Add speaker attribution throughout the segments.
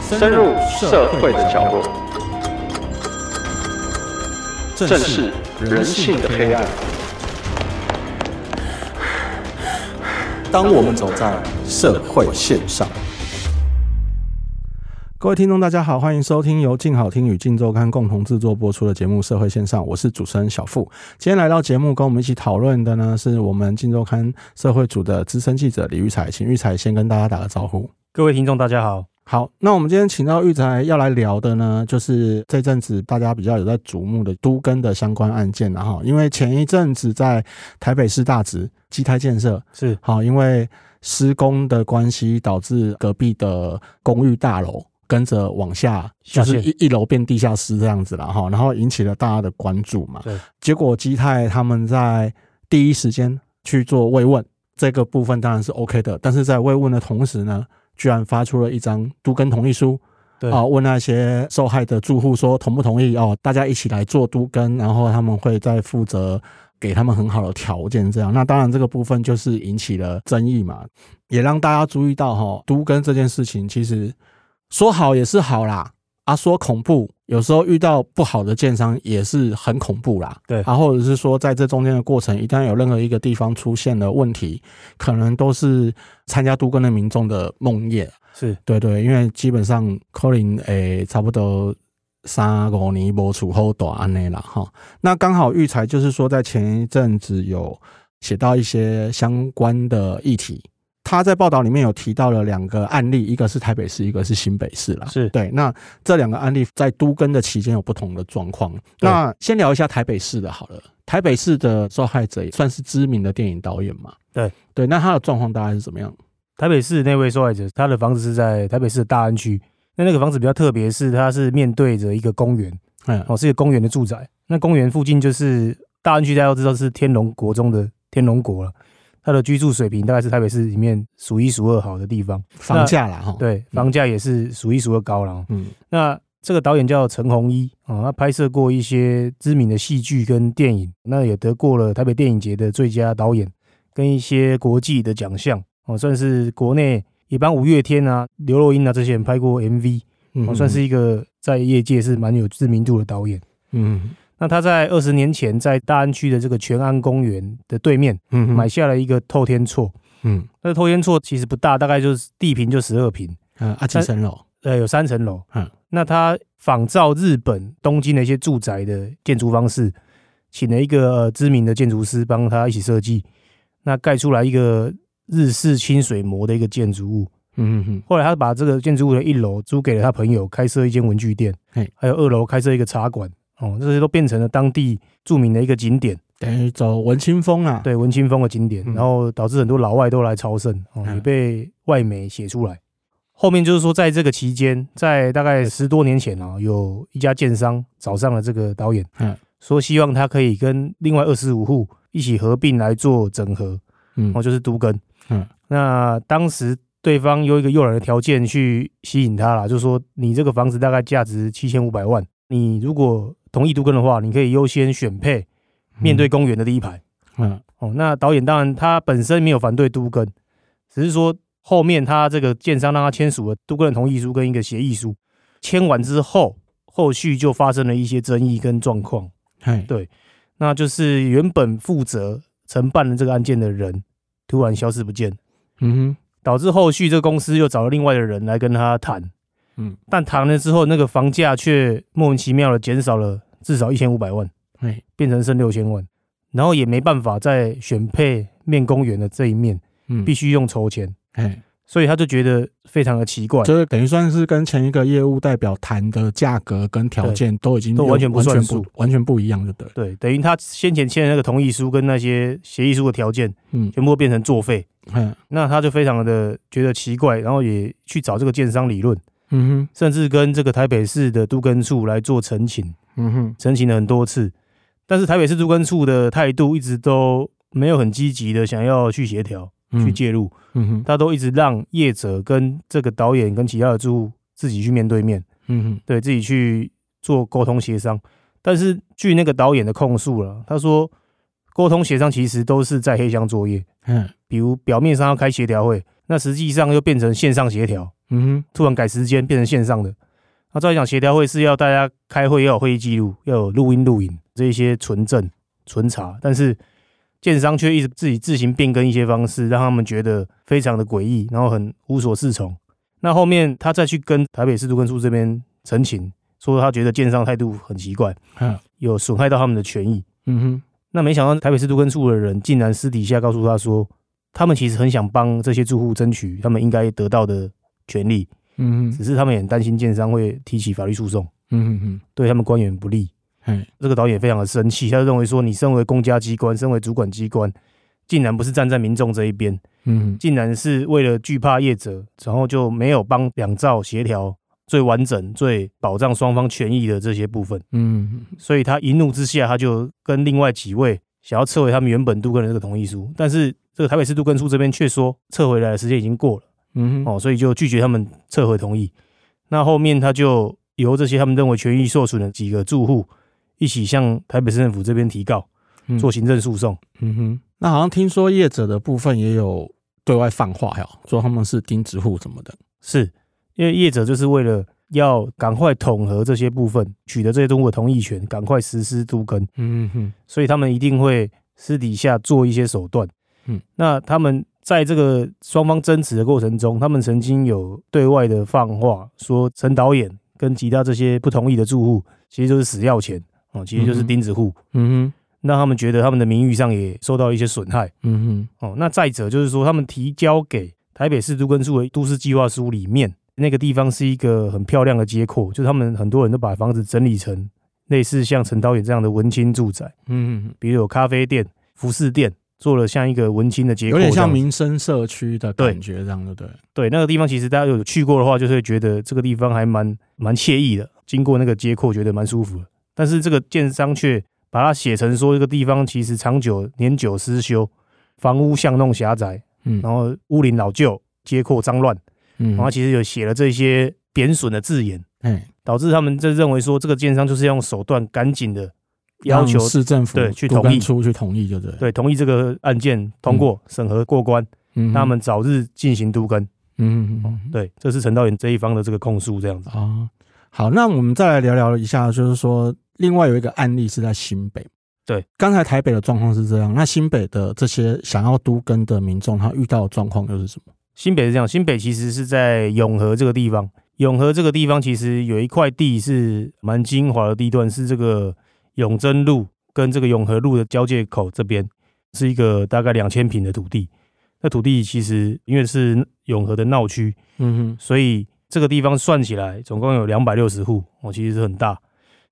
Speaker 1: 深入社会的角落，正视人性的黑暗。
Speaker 2: 当我们走在社会线上，各位听众，大家好，欢迎收听由静好听与静周刊共同制作播出的节目《社会线上》，我是主持人小付。今天来到节目跟我们一起讨论的呢，是我们静周刊社会组的资深记者李玉彩，请玉彩先跟大家打个招呼。
Speaker 3: 各位听众，大家好。
Speaker 2: 好，那我们今天请到玉才要来聊的呢，就是这阵子大家比较有在瞩目的都更的相关案件了啊哈。因为前一阵子在台北市大直基泰建设，
Speaker 3: 是
Speaker 2: 好，因为施工的关系，导致隔壁的公寓大楼跟着往下，就
Speaker 3: 下陷
Speaker 2: 是一一楼变地下室这样子了哈，然后引起了大家的关注
Speaker 1: 啊
Speaker 2: 嘛。
Speaker 3: 对，
Speaker 2: 结果基泰他们在第一时间去做慰问，这个部分当然是 OK 的，但是在慰问的同时呢，居然发出了一张都跟同意书。
Speaker 3: 对
Speaker 2: 啊、问那些受害的住户说同不同意哦，大家一起来做都跟，然后他们会再负责给他们很好的条件，这样。那当然这个部分就是引起了争议嘛，也让大家注意到哈、都跟这件事情其实说好也是好啦，啊，说恐怖，有时候遇到不好的建商也是很恐怖啦。
Speaker 3: 对
Speaker 2: 啊，或者是说在这中间的过程，一旦有任何一个地方出现了问题，可能都是参加都更的民众的梦魇。
Speaker 3: 是
Speaker 2: 对对，因为基本上可能诶，差不多三五年无厝后大安内啦哈。那刚好育才就是说，在前一阵子有写到一些相关的议题，他在报道里面有提到了两个案例，一个是台北市，一个是新北市啦。
Speaker 3: 是
Speaker 2: 对，那这两个案例在都更的期间有不同的状况。那先聊一下台北市的好了。台北市的受害者也算是知名的电影导演嘛？
Speaker 3: 对
Speaker 2: 对，那他的状况大概是怎么样？
Speaker 3: 台北市那位受害者，他的房子是在台北市的大安区。那那个房子比较特别，是它是面对着一个公园，
Speaker 2: 嗯，
Speaker 3: 哦，是一个公园的住宅。那公园附近就是大安区，大家都知道是天龙国中的天龙国了。它的居住水平大概是台北市里面数一数二好的地方，
Speaker 2: 房价啦哈。，
Speaker 1: 嗯
Speaker 3: 对，房价也是数一数二高了。哦
Speaker 2: 嗯，
Speaker 3: 那这个导演叫陈鸿一啊，他拍摄过一些知名的戏剧跟电影，那也得过了台北电影节的最佳导演，跟一些国际的奖项哦，算是国内也帮五月天啊、刘若英啊这些人拍过 MV，
Speaker 2: 嗯
Speaker 3: 哦，算是一个在业界是蛮有知名度的导演。
Speaker 2: 嗯
Speaker 3: 那他在二十年前在大安区的这个全安公园的对面
Speaker 2: 嗯
Speaker 3: 买下了一个透天厝，
Speaker 2: 嗯
Speaker 3: 那透天厝其实不大，大概就是地坪就十二平，
Speaker 2: 呃啊几层楼
Speaker 3: 呃，有三层楼。
Speaker 2: 嗯
Speaker 3: 嗯，那他仿照日本东京的一些住宅的建筑方式，请了一个、呃、知名的建筑师帮他一起设计，那盖出来一个日式清水模的一个建筑物。
Speaker 2: 嗯嗯
Speaker 3: 后来他把这个建筑物的一楼租给了他朋友，开设一间文具店
Speaker 2: 嘿，
Speaker 3: 还有二楼开设一个茶馆。哦，这些都变成了当地著名的一个景点，
Speaker 2: 等于走文青风啊啦
Speaker 3: 对文青风的景点，
Speaker 2: 嗯
Speaker 3: 然后导致很多老外都来朝圣，哦，
Speaker 2: 嗯
Speaker 3: 也被外媒写出来。后面就是说，在这个期间，在大概十多年前啊，有一家建商找上了这个导演，
Speaker 2: 嗯
Speaker 3: 说希望他可以跟另外二十五户一起合并来做整合，
Speaker 2: 嗯
Speaker 3: 哦，就是都根。
Speaker 2: 嗯，
Speaker 3: 那当时对方用一个诱人的条件去吸引他啦，就说你这个房子大概价值七千五百万，你如果同意都根的话，你可以优先选配面对公园的第一排。
Speaker 2: 嗯
Speaker 3: 哦，那导演当然他本身没有反对都更，只是说后面他这个建商让他签署了都更的同意书跟一个协议书，签完之后，后续就发生了一些争议跟状况。
Speaker 2: 嘿
Speaker 3: 对那就是原本负责承办的这个案件的人突然消失不见，
Speaker 2: 嗯
Speaker 3: 导致后续这个公司又找了另外的人来跟他谈，
Speaker 2: 嗯，
Speaker 3: 但谈了之后，那个房价却莫名其妙的减少了至少一千五百万。
Speaker 2: 哼嘿
Speaker 3: 变成剩六千万，然后也没办法再选配面公园的这一面，
Speaker 2: 嗯
Speaker 3: 必须用筹钱，
Speaker 2: 嘿，
Speaker 3: 所以他就觉得非常的奇怪，
Speaker 2: 就是等于算是跟前一个业务代表谈的价格跟条件都已经
Speaker 3: 都完全不
Speaker 2: 完全
Speaker 3: 算
Speaker 2: 不
Speaker 3: 数
Speaker 2: 完全不一样，就对了，
Speaker 3: 对，等于他先前签的那个同意书跟那些协议书的条件，
Speaker 2: 嗯
Speaker 3: 全部都变成作废，
Speaker 2: 嗯
Speaker 3: 那他就非常的觉得奇怪，然后也去找这个建商理论，
Speaker 2: 嗯
Speaker 3: 甚至跟这个台北市的都根处来做澄清，
Speaker 2: 哼嗯哼
Speaker 3: 澄清了很多次，但是台北市都根处的态度一直都没有很积极的想要去协调、
Speaker 2: 嗯
Speaker 3: 去介入，
Speaker 2: 嗯哼
Speaker 3: 他都一直让业者跟这个导演跟其他的住户自己去面对面，
Speaker 2: 嗯哼
Speaker 3: 对自己去做沟通协商。但是据那个导演的控诉了，他说沟通协商其实都是在黑箱作业，
Speaker 2: 嗯
Speaker 3: 比如表面上要开协调会，那实际上又变成线上协调，
Speaker 2: 嗯
Speaker 3: 突然改时间变成线上的。那照理讲，协调会是要大家开会要有会议记录，要有录音录影这一些存证、存查，但是建商却一直自己自行变更一些方式，让他们觉得非常的诡异，然后很无所适从。那后面他再去跟台北市都根处这边陈情，说他觉得建商态度很奇怪，
Speaker 2: 哼，
Speaker 3: 有损害到他们的权益。
Speaker 2: 嗯哼，
Speaker 3: 那没想到台北市都根处的人竟然私底下告诉他说，他们其实很想帮这些住户争取他们应该得到的权利，
Speaker 2: 嗯哼，
Speaker 3: 只是他们也很担心建商会提起法律诉讼，
Speaker 2: 嗯哼，
Speaker 3: 对他们官员不利。
Speaker 2: 嘿，
Speaker 3: 这个导演非常的生气，他就认为说，你身为公家机关，身为主管机关，竟然不是站在民众这一边，
Speaker 2: 嗯
Speaker 3: 竟然是为了惧怕业者，然后就没有帮两造协调最完整、最保障双方权益的这些部分。
Speaker 2: 嗯
Speaker 3: 所以他一怒之下，他就跟另外几位想要撤回他们原本杜根的这个同意书，但是这个台北市杜根书这边却说撤回来的时间已经过了
Speaker 2: 嗯哼，
Speaker 3: 哦，所以就拒绝他们撤回同意。那后面他就由这些他们认为权益受损的几个住户一起向台北市政府这边提告，
Speaker 2: 嗯
Speaker 3: 做行政诉讼。
Speaker 2: 嗯哼，那好像听说业者的部分也有对外放话哟，说他们是钉子户什么的。
Speaker 3: 是因为业者就是为了要赶快统合这些部分，取得这些动物的同意权，赶快实施都根。
Speaker 2: 嗯哼，
Speaker 3: 所以他们一定会私底下做一些手段。
Speaker 2: 嗯，
Speaker 3: 那他们在这个双方争执的过程中，他们曾经有对外的放话，说陈导演跟其他这些不同意的住户，其实就是死要钱哦，其实就是
Speaker 2: 嗯哼
Speaker 3: 钉子户，
Speaker 2: 嗯哼，
Speaker 3: 那他们觉得他们的名誉上也受到一些损害
Speaker 2: 嗯哼，
Speaker 3: 哦。那再者就是说，他们提交给台北市都根处的都市计划书里面。那个地方是一个很漂亮的街廓，就是他们很多人都把房子整理成类似像陈导演这样的文青住宅。
Speaker 2: 嗯哼，
Speaker 3: 比如有咖啡店、服饰店，做了像一个文青的结
Speaker 2: 有
Speaker 3: 构这
Speaker 2: 点
Speaker 3: 样子，
Speaker 2: 像民生社区的感觉，这样就对。
Speaker 3: 对那个地方，其实大家有去过的话，就会觉得这个地方还蛮蛮惬意的。经过那个街廓，觉得蛮舒服的。但是这个建商却把它写成说，这个地方其实长久年久失修，房屋巷弄狭窄，
Speaker 2: 嗯
Speaker 3: 然后屋龄老旧，街廓脏乱，
Speaker 2: 嗯
Speaker 3: 然后其实有写了这些贬损的字眼，
Speaker 2: 哎，
Speaker 3: 导致他们就认为说，这个建商就是要用手段赶紧的要
Speaker 2: 让
Speaker 3: 求
Speaker 2: 市政府
Speaker 3: 对去
Speaker 2: 都
Speaker 3: 同意
Speaker 2: 跟出去同意，就对。，
Speaker 3: 对同意这个案件通过审核过关。
Speaker 2: 嗯哼，
Speaker 3: 那他们哦早日进行都跟。
Speaker 2: 嗯哼，嗯哼，
Speaker 3: 对，这是陈导演这一方的这个控诉，这样子。
Speaker 2: 啊，好，那我们再来聊聊一下，就是说，另外有一个案例是在新北。
Speaker 3: 对，
Speaker 2: 刚才台北的状况是这样，那新北的这些想要都跟的民众，他遇到的状况又是什么？
Speaker 3: 新北是这样，新北其实是在永和这个地方，永和这个地方其实有一块地是蛮精华的地段，是这个永贞路跟这个永和路的交界口这边，是一个大概两千平的土地。那土地其实因为是永和的闹区，
Speaker 2: 嗯
Speaker 3: 所以这个地方算起来总共有两百六十户，哦，其实是很大。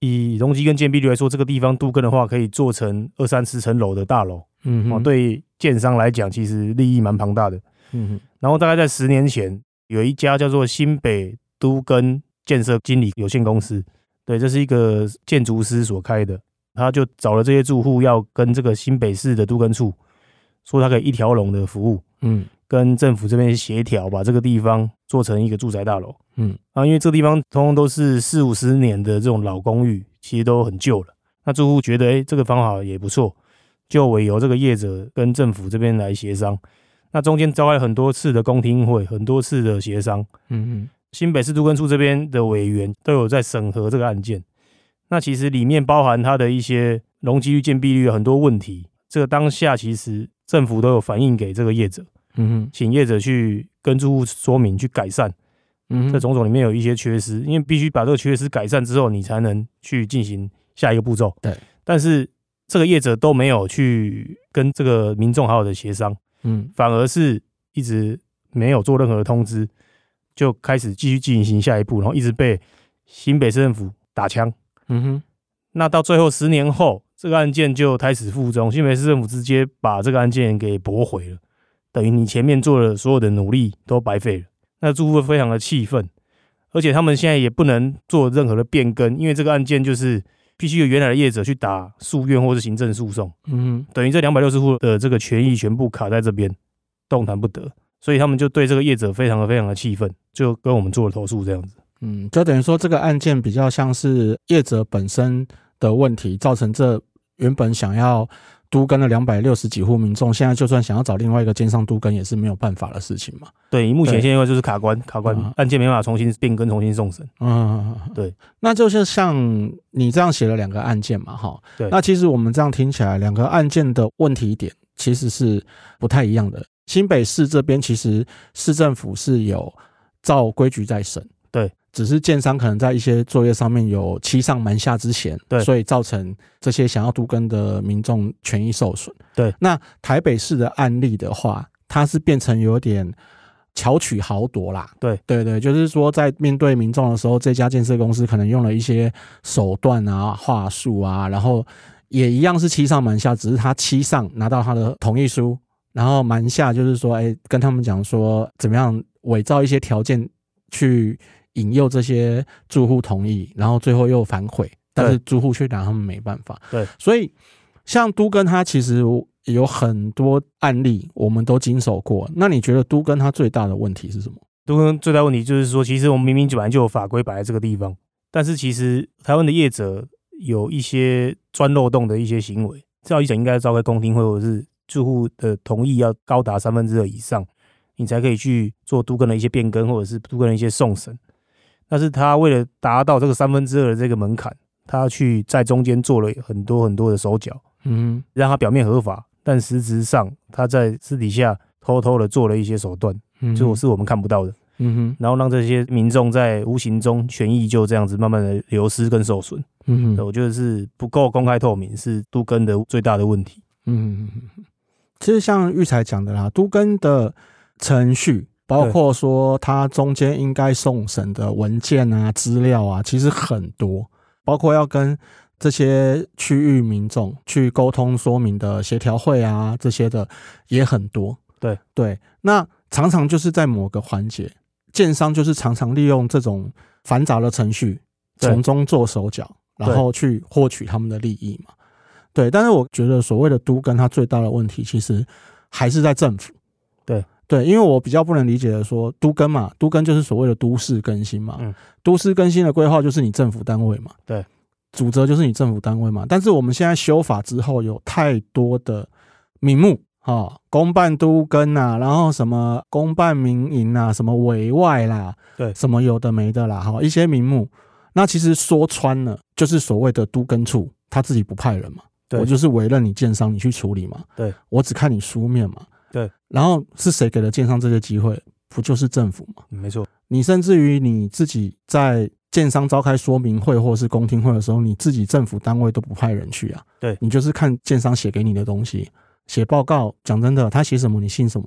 Speaker 3: 以容积跟建蔽率来说，这个地方都跟的话，可以做成二三十层楼的大楼，
Speaker 2: 哼，嗯
Speaker 3: 哦，
Speaker 2: 哼，，
Speaker 3: 对建商来讲，其实利益蛮庞大的。
Speaker 2: 嗯哼，
Speaker 3: 然后大概在十年前，有一家叫做新北都跟建设经理有限公司，对，这是一个建筑师所开的，他就找了这些住户要跟这个新北市的都跟处说，他可以一条龙的服务，
Speaker 2: 嗯
Speaker 3: 跟政府这边协调，把这个地方做成一个住宅大楼。
Speaker 2: 嗯
Speaker 3: 啊，因为这个地方通通都是四五十年的这种老公寓，其实都很旧了。那住户觉得，哎、这个方法也不错，就委由这个业者跟政府这边来协商。那中间召开了很多次的公听会，很多次的协商，
Speaker 2: 嗯
Speaker 3: 新北市都根处这边的委员都有在审核这个案件。那其实里面包含它的一些容积率、建蔽率有很多问题，这个当下其实政府都有反映给这个业者，
Speaker 2: 哼，嗯哼，
Speaker 3: 请业者去跟住户说明，去改善。
Speaker 2: 嗯哼，
Speaker 3: 这种种里面有一些缺失，因为必须把这个缺失改善之后，你才能去进行下一个步骤。
Speaker 2: 对，
Speaker 3: 但是这个业者都没有去跟这个民众好好的协商，
Speaker 2: 嗯
Speaker 3: 反而是一直没有做任何的通知，就开始继续进行下一步，然后一直被新北市政府打枪。
Speaker 2: 嗯哼，
Speaker 3: 那到最后十年后，这个案件就胎死腹中，新北市政府直接把这个案件给驳回了，等于你前面做的所有的努力都白费了。那住户非常的气愤，而且他们现在也不能做任何的变更，因为这个案件就是必须由原来的业者去打诉愿或是行政诉讼，
Speaker 2: 嗯哼，
Speaker 3: 等于这两百六十户的这个权益全部卡在这边，动弹不得。所以他们就对这个业者非常的非常的气愤，就跟我们做了投诉这样子。
Speaker 2: 嗯，就等于说这个案件比较像是业者本身的问题，造成这原本想要都更了两百六十几户民众，现在就算想要找另外一个奸商都更也是没有办法的事情嘛。
Speaker 3: 对，目前现在就是卡关，卡关
Speaker 2: 嗯
Speaker 3: 案件没办法重新变更、重新送审。
Speaker 2: 嗯，
Speaker 3: 对，
Speaker 2: 那就是像你这样写了两个案件嘛，哈，
Speaker 3: 对
Speaker 2: 那其实我们这样听起来，两个案件的问题点其实是不太一样的。新北市这边其实市政府是有照规矩在审，
Speaker 3: 对，
Speaker 2: 只是建商可能在一些作业上面有欺上瞒下之嫌，
Speaker 3: 对
Speaker 2: 所以造成这些想要都更的民众权益受损。
Speaker 3: 对，
Speaker 2: 那台北市的案例的话，它是变成有点巧取豪夺啦。
Speaker 3: 对
Speaker 2: 对对，就是说在面对民众的时候，这家建设公司可能用了一些手段啊、话术啊，然后也一样是欺上瞒下，只是他欺上拿到他的同意书，然后瞒下就是说，哎，跟他们讲说怎么样伪造一些条件去引诱这些住户同意，然后最后又反悔，但是住户却拿他们没办法。
Speaker 3: 对，
Speaker 2: 所以像都跟他其实有很多案例，我们都经手过。那你觉得都跟他最大的问题是什么？
Speaker 3: 都跟最大问题就是说，其实我们明明本来就有法规摆在这个地方，但是其实台湾的业者有一些钻漏洞的一些行为，照理讲应该召开公听会，或者是住户的同意要高达三分之二以上，你才可以去做都更的一些变更，或者是都更的一些送审。但是他为了达到这个三分之二的这个门槛，他去在中间做了很多很多的手脚，
Speaker 2: 嗯
Speaker 3: 让他表面合法，但实质上他在私底下偷偷的做了一些手段，
Speaker 2: 嗯哼，
Speaker 3: 就我，是我们看不到的。
Speaker 2: 嗯哼，
Speaker 3: 然后让这些民众在无形中权益就这样子慢慢的流失跟受损，
Speaker 2: 嗯
Speaker 3: 对
Speaker 2: 哼，
Speaker 3: 我觉得是不够公开透明，是都根的最大的问题。
Speaker 2: 嗯哼。其实像玉才讲的啦，都跟的程序，包括说它中间应该送审的文件啊、资料啊，其实很多，包括要跟这些区域民众去沟通说明的协调会啊，这些的也很多。
Speaker 3: 对
Speaker 2: 对，那常常就是在某个环节，建商就是常常利用这种繁杂的程序，
Speaker 3: 对
Speaker 2: 从中做手脚，然
Speaker 3: 对
Speaker 2: 后去获取他们的利益嘛。对，但是我觉得所谓的都跟它最大的问题，其实还是在政府。
Speaker 3: 对
Speaker 2: 对，因为我比较不能理解的说，都跟嘛，都跟就是所谓的都市更新嘛，
Speaker 3: 嗯
Speaker 2: 都市更新的规划就是你政府单位嘛，
Speaker 3: 对，
Speaker 2: 主责就是你政府单位嘛。但是我们现在修法之后，有太多的名目啊、哦，公办都跟啊，然后什么公办民营啊，什么委外啦，
Speaker 3: 对
Speaker 2: 什么有的没的啦，哈、一些名目。那其实说穿了，就是所谓的都跟处他自己不派人嘛，
Speaker 3: 对
Speaker 2: 我就是委任你建商你去处理嘛，
Speaker 3: 对
Speaker 2: 我只看你书面嘛，
Speaker 3: 对。
Speaker 2: 然后是谁给了建商这些机会？不就是政府吗？
Speaker 3: 嗯没错，
Speaker 2: 你甚至于你自己在建商召开说明会或是公听会的时候，你自己政府单位都不派人去啊。
Speaker 3: 对
Speaker 2: 你就是看建商写给你的东西，写报告。讲真的，他写什么你信什么。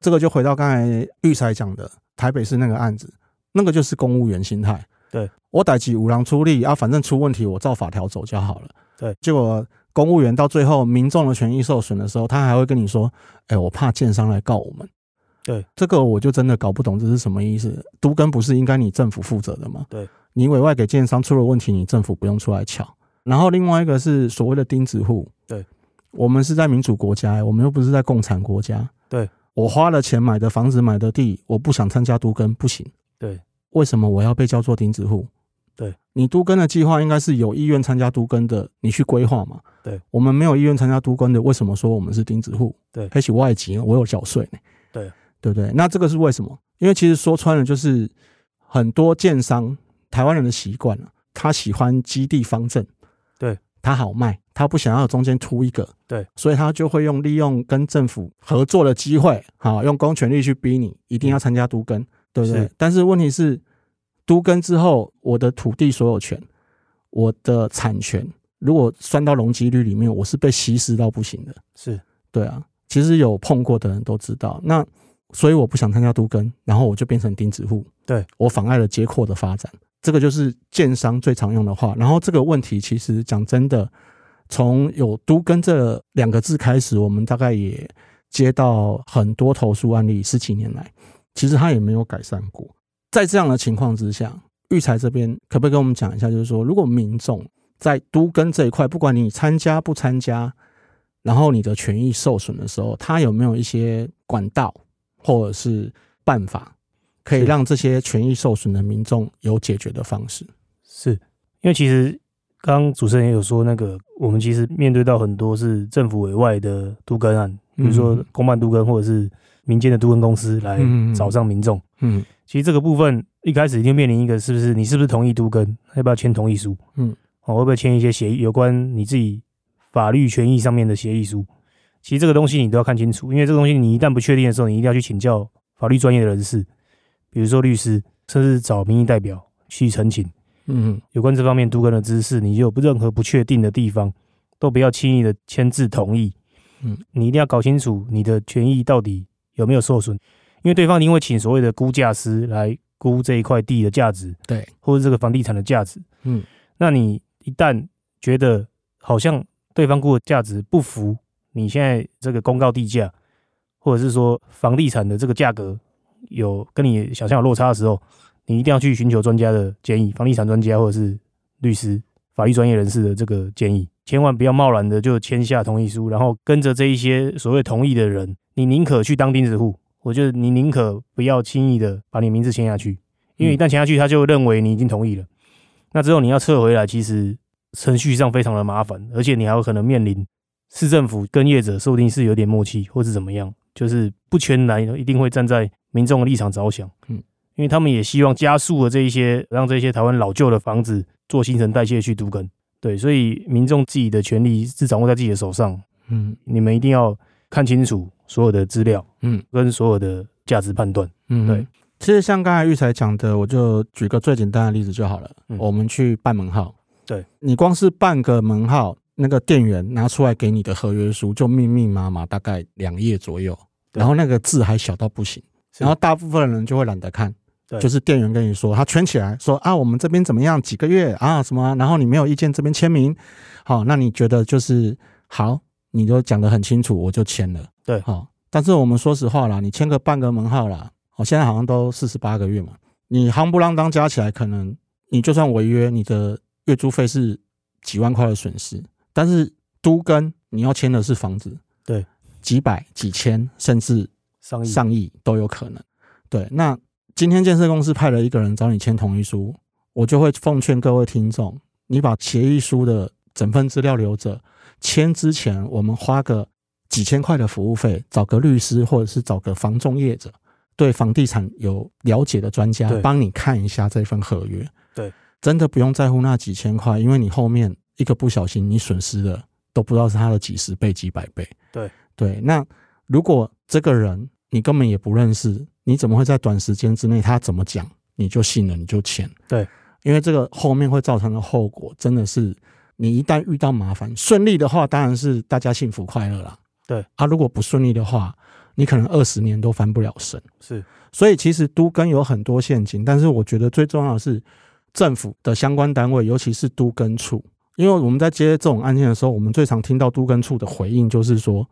Speaker 2: 这个就回到刚才玉才讲的台北市那个案子，那个就是公务员心态。
Speaker 3: 对
Speaker 2: 我逮起五郎出力啊，反正出问题我照法条走就好了。
Speaker 3: 对，
Speaker 2: 结果公务员到最后民众的权益受损的时候，他还会跟你说：“哎，我怕建商来告我们。”
Speaker 3: 对，
Speaker 2: 这个我就真的搞不懂这是什么意思。都跟不是应该你政府负责的吗？
Speaker 3: 对，
Speaker 2: 你委外给建商出了问题，你政府不用出来瞧。然后另外一个是所谓的钉子户，
Speaker 3: 对，
Speaker 2: 我们是在民主国家、我们又不是在共产国家。
Speaker 3: 对，
Speaker 2: 我花了钱买的房子、买的地，我不想参加都跟，不行。
Speaker 3: 对，
Speaker 2: 为什么我要被叫做钉子户？
Speaker 3: 对，
Speaker 2: 你都跟的计划应该是有意愿参加都跟的，你去规划嘛。
Speaker 3: 对，
Speaker 2: 我们没有意愿参加都跟的，为什么说我们是钉子户？
Speaker 3: 对
Speaker 2: 还是外籍，我有缴税呢。
Speaker 3: 对，
Speaker 2: 对不对？那这个是为什么？因为其实说穿了，就是很多建商台湾人的习惯啊，他喜欢基地方正，
Speaker 3: 对
Speaker 2: 他好卖，他不想要中间突一个，
Speaker 3: 对，
Speaker 2: 所以他就会用利用跟政府合作的机会，好用公权力去逼你一定要参加都跟，对不对
Speaker 3: 是？
Speaker 2: 但是问题是，都跟之后，我的土地所有权，我的产权，如果算到容积率里面，我是被稀释到不行的。
Speaker 3: 是
Speaker 2: 对啊，其实有碰过的人都知道。那所以我不想参加都跟，然后我就变成钉子户。
Speaker 3: 对
Speaker 2: 我妨碍了街阔的发展，这个就是建商最常用的话。然后这个问题其实讲真的，从有都跟这两个字开始，我们大概也接到很多投诉案例，十几年来，其实它也没有改善过。在这样的情况之下，育才这边可不可以跟我们讲一下，就是说，如果民众在都跟这一块，不管你参加不参加，然后你的权益受损的时候，它有没有一些管道或者是办法，可以
Speaker 3: 是
Speaker 2: 让这些权益受损的民众有解决的方式？
Speaker 3: 是，因为其实刚刚主持人也有说，那个我们其实面对到很多是政府委外的都更案，比如说
Speaker 2: 嗯
Speaker 3: 公办都更或者是民间的都更公司来
Speaker 2: 嗯嗯嗯
Speaker 3: 找上民众。
Speaker 2: 嗯
Speaker 3: 其实这个部分一开始一定面临一个是不是你是不是同意都更，要不要签同意书？
Speaker 2: 嗯，
Speaker 3: 哦，会不会签一些协议，有关你自己法律权益上面的协议书？其实这个东西你都要看清楚，因为这个东西你一旦不确定的时候，你一定要去请教法律专业的人士，比如说律师，甚至找民意代表去澄清。
Speaker 2: 嗯
Speaker 3: 有关这方面都跟的知识，你有任何不确定的地方，都不要轻易的签字同意。
Speaker 2: 嗯，
Speaker 3: 你一定要搞清楚你的权益到底有没有受损，因为对方一定会请所谓的估价师来估这一块地的价值，
Speaker 2: 对，
Speaker 3: 或者这个房地产的价值。
Speaker 2: 嗯，
Speaker 3: 那你一旦觉得好像对方估的价值不符你现在这个公告地价，或者是说房地产的这个价格有跟你想象有落差的时候，你一定要去寻求专家的建议，房地产专家或者是律师、法律专业人士的这个建议，千万不要贸然的就签下同意书，然后跟着这一些所谓同意的人，你宁可去当钉子户，我觉得你宁可不要轻易的把你名字签下去，因为一旦签下去，他就认为你已经同意了，那之后你要撤回来，其实程序上非常的麻烦，而且你还有可能面临市政府跟业者说不定是有点默契，或是怎么样，就是不全然一定会站在民众的立场着想。
Speaker 2: 嗯，
Speaker 3: 因为他们也希望加速了这一些，让这些台湾老旧的房子做新陈代谢去都更。对，所以民众自己的权利是掌握在自己的手上，
Speaker 2: 嗯
Speaker 3: 你们一定要看清楚所有的资料
Speaker 2: 嗯
Speaker 3: 跟所有的价值判断。
Speaker 2: 嗯，
Speaker 3: 对。
Speaker 2: 其实像刚才玉才讲的，我就举个最简单的例子就好了。
Speaker 3: 嗯
Speaker 2: 我们去办门号，
Speaker 3: 对
Speaker 2: 你光是办个门号，那个店员拿出来给你的合约书就密密麻麻，大概两页左右，
Speaker 3: 对
Speaker 2: 然后那个字还小到不行，
Speaker 3: 是
Speaker 2: 然后大部分人就会懒得看
Speaker 3: 对。
Speaker 2: 就是店员跟你说，他圈起来说啊，我们这边怎么样，几个月啊什么啊、然后你没有意见，这边签名，好、那你觉得就是好，你就讲得很清楚，我就签了。
Speaker 3: 对
Speaker 2: 好、但是我们说实话啦，你签个半个门号啦，哦，现在好像都四十八个月嘛，你夯不啷当加起来，可能你就算违约，你的月租费是几万块的损失，但是都跟你要签的是房子，
Speaker 3: 对，
Speaker 2: 几百、几千，甚至
Speaker 3: 上议
Speaker 2: 上亿都有可能。对，那今天建设公司派了一个人找你签同意书，我就会奉劝各位听众，你把协议书的整份资料留着，签之前我们花个几千块的服务费，找个律师或者是找个房仲业者，对房地产有了解的专家
Speaker 3: 对
Speaker 2: 帮你看一下这份合约。
Speaker 3: 对，
Speaker 2: 真的不用在乎那几千块，因为你后面一个不小心，你损失的都不知道是他的几十倍、几百倍。
Speaker 3: 对
Speaker 2: 对，那如果这个人你根本也不认识，你怎么会在短时间之内他怎么讲你就信了，你就签？
Speaker 3: 对，
Speaker 2: 因为这个后面会造成的后果真的是，你一旦遇到麻烦，顺利的话当然是大家幸福快乐啦。
Speaker 3: 对
Speaker 2: 啊，如果不顺利的话，你可能二十年都翻不了身。
Speaker 3: 是
Speaker 2: 所以其实都更有很多陷阱，但是我觉得最重要的是政府的相关单位，尤其是都更处，因为我们在接这种案件的时候，我们最常听到都更处的回应就是说，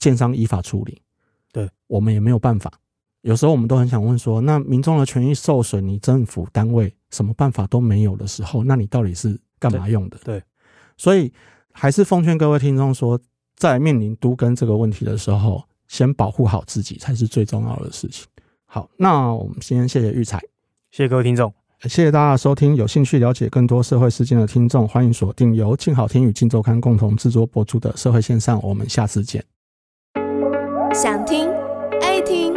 Speaker 2: 建商依法处理，
Speaker 3: 对
Speaker 2: 我们也没有办法。有时候我们都很想问说，那民众的权益受损，你政府单位什么办法都没有的时候，那你到底是干嘛用的？
Speaker 3: 对对
Speaker 2: 所以还是奉劝各位听众说，在面临都更这个问题的时候，先保护好自己才是最重要的事情。好，那我们先谢谢玉彩，
Speaker 3: 谢谢各位听众，
Speaker 2: 谢谢大家的收听。有兴趣了解更多社会事件的听众，欢迎锁定由静好听与静周刊共同制作播出的《社会线上》，我们下次见。
Speaker 4: 想听爱听，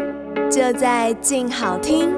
Speaker 4: 就在静好听。